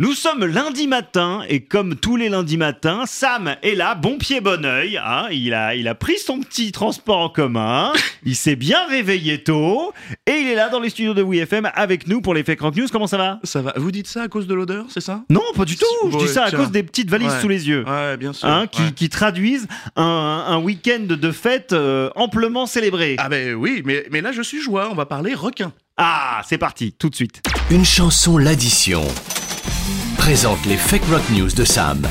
Nous sommes lundi matin et comme tous les lundis matins, Sam est là, bon pied bon oeil. hein, il, a, il a pris son petit transport en commun, il s'est bien réveillé tôt et il est là dans les studios de WeFM avec nous pour les Fake Rank News. Comment ça va Ça va. Vous dites ça à cause de l'odeur, c'est ça Non, pas du tout. Je dis Ouais, ça à tiens. cause des petites valises Ouais. sous les yeux. Ouais, bien sûr. hein, qui, ouais. qui traduisent un, un week-end de fête euh, amplement célébré. Ah ben oui, mais, mais là je suis joie, on va parler requin. Ah, c'est parti, tout de suite. Une chanson l'addition présente les Fake Rock News de Sam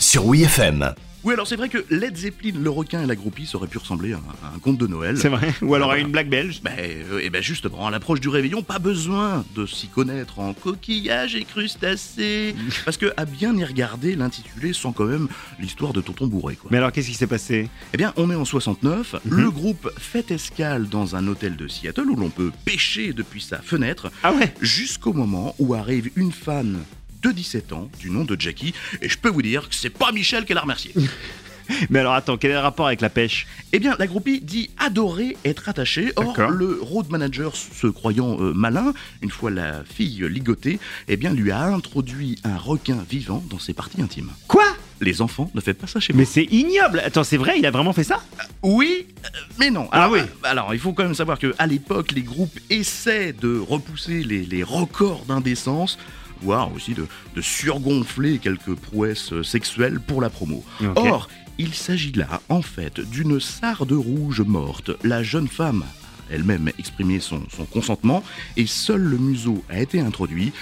sur WeFM. Oui, alors c'est vrai que Led Zeppelin, le requin et la groupie, ça aurait pu ressembler à, un- à un conte de Noël. C'est vrai. Ou alors à Voilà. une blague belge. Ben, euh, eh ben justement, à l'approche du réveillon, pas besoin de s'y connaître en coquillages et crustacés. Parce que à bien y regarder, l'intitulé sent quand même l'histoire de Tonton Bourré, quoi. Mais Mhm. alors, qu'est-ce qui s'est passé Eh bien, on est en 69, le groupe fait escale dans un hôtel de Seattle où l'on peut pêcher depuis sa fenêtre. Ah ouais jusqu'au moment où arrive une fan de 17 ans du nom de Jackie et je peux vous dire que c'est pas Michel qu'elle a remercié. Mais alors, attends, quel est le rapport avec la pêche eh bien, la groupie dit adorer être attachée. Or, D'accord. le road manager, se croyant euh, malin, une fois la fille ligotée, eh bien, lui a introduit un requin vivant dans ses parties intimes. Quoi Les enfants, ne faites pas ça chez vous. Mais c'est ignoble Attends, c'est vrai, il a vraiment fait ça Oui, euh, mais non. Ah oui. Alors, il faut quand même savoir que à l'époque, les groupes essaient de repousser les, les records d'indécence, voire aussi de, de surgonfler quelques prouesses euh, sexuelles pour la promo. Ok. Or, il s'agit là, en fait, d'une sarde rouge morte. La jeune femme a elle-même exprimé son, son consentement et seul le museau a été introduit.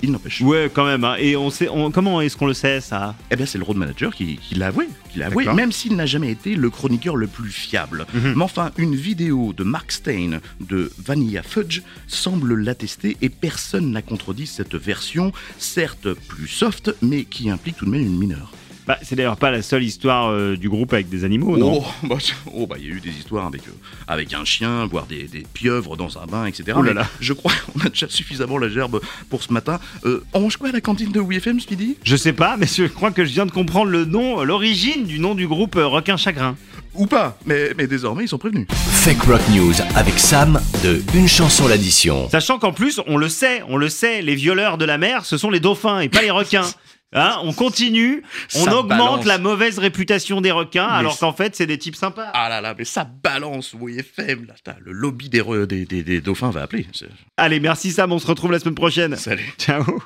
Il n'empêche. Ouais, quand même. hein. Et on sait, on- comment est-ce qu'on le sait ça Eh bien, c'est le road manager qui, qui l'a avoué, qui l'a avoué, D'accord. Mhm. même s'il n'a jamais été le chroniqueur le plus fiable. Mais enfin, une vidéo de Mark Stein de Vanilla Fudge semble l'attester et personne n'a contredit cette version, certes plus soft, mais qui implique tout de même une mineure. Bah, c'est d'ailleurs pas la seule histoire euh, du groupe avec des animaux, non Oh, bah, tiens, oh, bah, il y a eu des histoires avec, euh, avec un chien, voire des, des pieuvres dans un bain, etc. Oh là Mais là. Je crois qu'on a déjà suffisamment la gerbe pour ce matin. Euh, on mange quoi à la cantine de WFM, Speedy Je sais pas, mais je crois que je viens de comprendre le nom, l'origine du nom du groupe euh, Requin Chagrin. Ou pas, mais, mais désormais, ils sont prévenus. Fake Rock News avec Sam de Une chanson l'addition. Sachant qu'en plus, on le sait, on le sait, les violeurs de la mer, ce sont les dauphins et pas les requins. Hein, on continue, on Ça augmente balance. la mauvaise réputation des requins, Mais alors c'est- qu'en fait, c'est des types sympas. Ah là là, mais ça balance, oui, FM, là, t'as le lobby des, re- des, des- des dauphins va appeler. C'est- Allez, merci Sam, on se retrouve la semaine prochaine. Salut. Ciao